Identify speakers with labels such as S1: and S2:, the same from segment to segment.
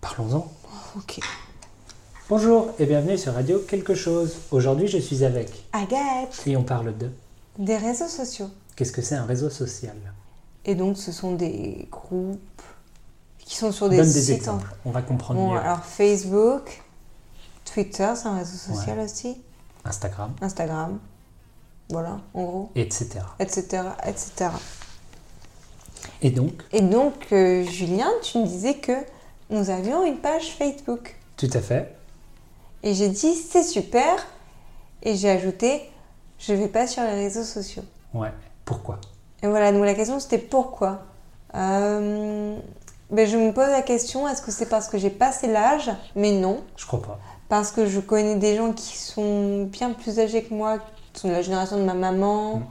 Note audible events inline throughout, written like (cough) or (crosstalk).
S1: Parlons-en.
S2: Ok.
S1: Bonjour et bienvenue sur Radio Quelque chose. Aujourd'hui, je suis avec
S2: Agathe,
S1: et on parle de
S2: des réseaux sociaux.
S1: qu'est-ce que c'est un réseau social
S2: Et donc, ce sont des groupes qui sont sur des
S1: Donne
S2: sites.
S1: des exemples, on va comprendre
S2: Bon,
S1: mieux.
S2: alors Facebook, Twitter, c'est un réseau social aussi,
S1: Instagram,
S2: Instagram, voilà, en gros,
S1: etc.
S2: etc., etc.
S1: Et donc,
S2: Et donc, euh, Julien, tu me disais que nous avions une page Facebook.
S1: tout à fait,
S2: Et j'ai dit, c'est super. Et j'ai ajouté, je vais pas sur les réseaux sociaux.
S1: ouais, pourquoi
S2: Et voilà, donc la question c'était pourquoi Euh, ben, Je me pose la question, est-ce que c'est parce que j'ai passé l'âge Mais non,
S1: Je crois pas.
S2: parce que je connais des gens qui sont bien plus âgés que moi, qui sont de la génération de ma maman,
S1: Mm.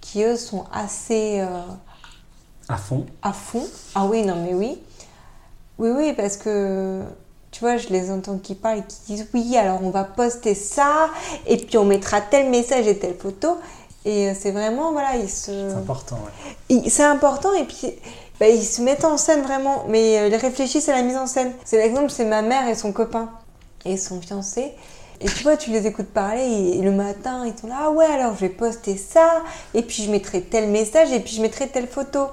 S2: qui eux sont assez euh,
S1: À fond,
S2: à fond. Ah oui, non mais oui. Oui, oui, parce que... Tu vois, je les entends qui parlent et qui disent oui, alors on va poster ça, et puis on mettra tel message et telle photo. Et euh, c'est vraiment, voilà, ils se...
S1: c'est important, ouais.
S2: Il- C'est important et puis bah, ils se mettent en scène vraiment, mais euh, ils réfléchissent à la mise en scène. C'est l'exemple, c'est ma mère et son copain et son fiancé. Et tu vois, tu les écoutes parler et, et le matin, ils sont là, ah ouais, alors je vais poster ça, et puis je mettrai tel message, et puis je mettrai telle photo.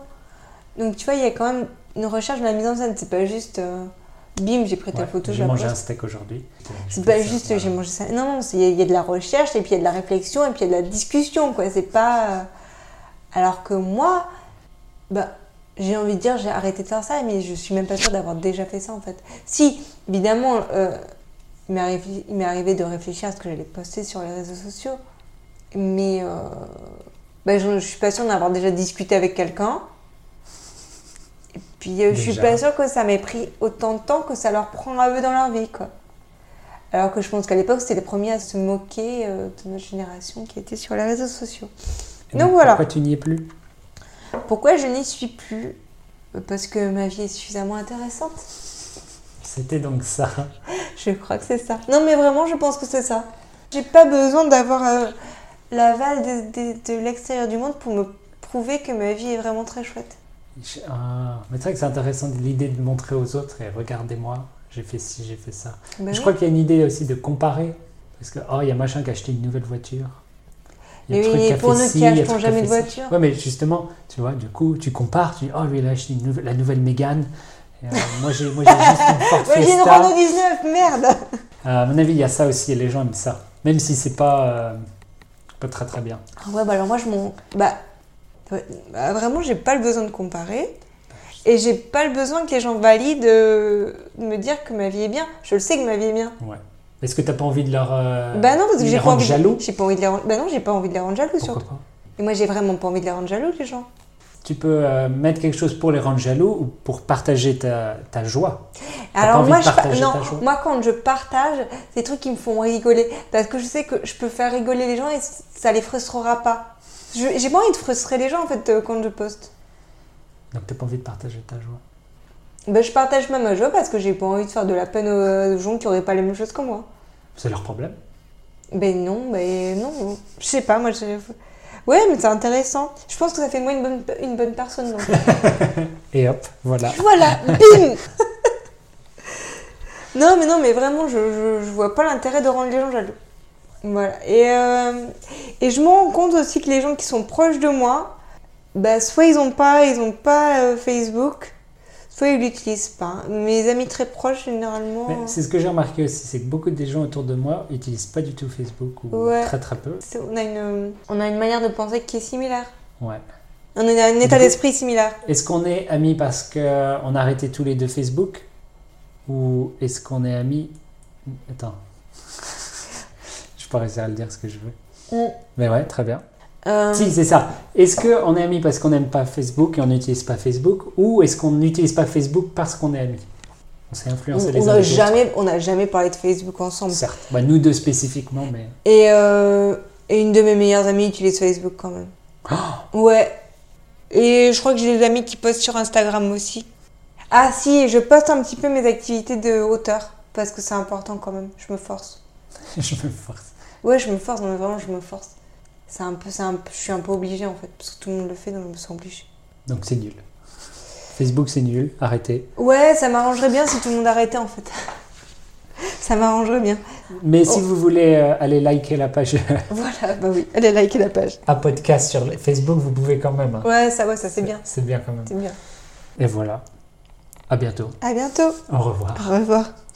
S2: Donc tu vois, il y a quand même une recherche de la mise en scène. C'est pas juste, euh, bim, j'ai pris telle
S1: Ouais,
S2: photo, je
S1: J'ai
S2: la
S1: mangé
S2: poste.
S1: un steak aujourd'hui.
S2: C'est pas
S1: Ça,
S2: Bah, juste
S1: voilà.
S2: j'ai mangé ça. Non, non, c'est- il y a- il y, a de la recherche, et puis il y a de la réflexion, et puis il y a de la discussion, quoi. C'est pas. euh, Alors que moi, bah, j'ai envie de dire, j'ai arrêté de faire ça, mais je suis même pas sûre d'avoir déjà fait ça, en fait. Si, évidemment, euh, il m'est arrivé- il m'est arrivé de réfléchir à ce que j'allais poster sur les réseaux sociaux, mais euh, bah, je, je suis pas sûre d'avoir déjà discuté avec quelqu'un. Et puis, euh, je suis
S1: Déjà.
S2: pas sûre que ça m'ait pris autant de temps que ça leur prend à eux dans leur vie, quoi. Alors que je pense qu'à l'époque, c'était les premiers à se moquer euh, de notre génération qui était sur les réseaux sociaux.
S1: Et
S2: Donc voilà.
S1: Pourquoi tu n'y es plus
S2: Pourquoi je n'y suis plus Parce que ma vie est suffisamment intéressante.
S1: C'était donc ça.
S2: Je crois que c'est ça. Non, mais vraiment, je pense que c'est ça. J'ai pas besoin d'avoir euh, l'aval de, de- de l'extérieur du monde pour me prouver que ma vie est vraiment très chouette.
S1: Je- ah, mais c'est vrai que c'est intéressant l'idée de montrer aux autres et regardez-moi, j'ai fait ci, j'ai fait ça.
S2: Ben
S1: Je
S2: oui.
S1: crois qu'il y a une idée aussi de comparer. Parce que, oh, il y a machin qui a acheté une nouvelle voiture.
S2: Mais oui,
S1: truc qui a
S2: pour
S1: fait
S2: nous
S1: ci,
S2: qui
S1: il y a
S2: achetons
S1: truc qui a
S2: jamais de
S1: fait ça.
S2: voiture.
S1: Ouais, mais justement, tu vois, du coup, tu compares, tu dis, oh, lui, il a acheté une nouvelle- la nouvelle Mégane.
S2: (laughs)
S1: Et, euh, moi, j'ai moi, j'ai juste une Ford
S2: Ouais, j'ai une
S1: Fiesta.
S2: Renault 19, merde
S1: Euh, à mon avis, il y a ça aussi, et les gens aiment ça. Même si c'est pas, euh, pas très très bien.
S2: Ah Ouais, bah alors moi, je m'en. Bah, euh, bah, vraiment, j'ai pas le besoin de comparer. Et j'ai pas le besoin que les gens valident euh, de me dire que ma vie est bien. Je le sais que ma vie est bien.
S1: Ouais. Est-ce que t'as pas envie de leur. euh,
S2: bah non, parce que
S1: les
S2: j'ai pas
S1: rendre
S2: envie. de-
S1: jaloux
S2: J'ai pas envie de les rendre. Bah non, j'ai pas envie de les rendre jaloux
S1: Pourquoi
S2: surtout.
S1: pas
S2: Et moi, j'ai vraiment pas envie de les rendre jaloux, les gens.
S1: Tu peux euh, mettre quelque chose pour les rendre jaloux ou pour partager ta, ta joie. T'as pas
S2: Alors
S1: envie
S2: moi,
S1: de
S2: je
S1: partager
S2: non,
S1: ta joie
S2: moi quand je partage, c'est des trucs qui me font rigoler parce que je sais que je peux faire rigoler les gens et c- ça les frustrera pas. Je- J'ai pas envie de frustrer les gens en fait euh, quand je poste.
S1: Donc t'as pas envie de partager ta joie.
S2: Ben, je partage ma joie parce que j'ai pas envie de faire de la peine aux aux gens qui auraient pas les mêmes choses que moi.
S1: C'est leur problème.
S2: Ben non, ben non, je sais pas, moi je... Ouais, mais c'est intéressant. Je pense que ça fait de moi une bonne, une bonne personne. donc.
S1: Et hop, voilà.
S2: voilà, bim (laughs) Non, mais non, mais vraiment, je, je, je vois pas l'intérêt de rendre les gens jaloux. Voilà. Et, euh, et je me rends compte aussi que les gens qui sont proches de moi, bah, soit ils ont pas, ils ont pas euh, Facebook, soit ils l'utilisent pas. Mes amis très proches, généralement.
S1: Mais c'est ce que j'ai remarqué aussi, c'est que beaucoup des gens autour de moi utilisent pas du tout Facebook ou
S2: Ouais.
S1: très très peu.
S2: c'est- On a, une, on a une manière de penser qui est similaire.
S1: Ouais.
S2: On a un état
S1: Du coup-
S2: d'esprit similaire.
S1: Est-ce qu'on est amis parce qu'on a arrêté tous les deux Facebook ou est-ce qu'on est amis Attends. (laughs) je vais pas réussir à le dire ce que je veux.
S2: Mm.
S1: Mais ouais, très bien.
S2: Euh,
S1: Si, c'est ça. Est-ce qu'on est amis parce qu'on n'aime pas Facebook et on n'utilise pas Facebook ou est-ce qu'on n'utilise pas Facebook parce qu'on est amis On s'est influencé
S2: on
S1: les
S2: on
S1: uns
S2: n'a
S1: les autres.
S2: jamais, on n'a jamais parlé de Facebook ensemble.
S1: Certes. Bah, nous deux spécifiquement, mais. (laughs)
S2: Et, euh, et une de mes meilleures amies utilise Facebook quand même. ouais. Et je crois que j'ai des amis qui postent sur Instagram aussi. Ah si, je poste un petit peu mes activités de hauteur parce que c'est important quand même. Je me force.
S1: je me force.
S2: Ouais, je me force, non mais vraiment je me force. C'est un peu, c'est un peu- je suis un peu obligée en fait parce que tout le monde le fait donc je me sens obligée.
S1: Donc c'est nul. Facebook, c'est nul, arrêtez.
S2: Ouais, ça m'arrangerait bien si tout le monde arrêtait en fait. (laughs) ça m'arrangerait bien.
S1: Mais si vous voulez euh, aller liker la page (laughs)
S2: Voilà, bah oui, allez liker la page.
S1: à podcast sur le- Facebook, vous pouvez quand même. hein.
S2: Ouais, ça, ouais, ça c'est bien.
S1: C'est bien quand même.
S2: C'est bien.
S1: Et voilà. À bientôt.
S2: À bientôt.
S1: Au revoir.
S2: Au revoir.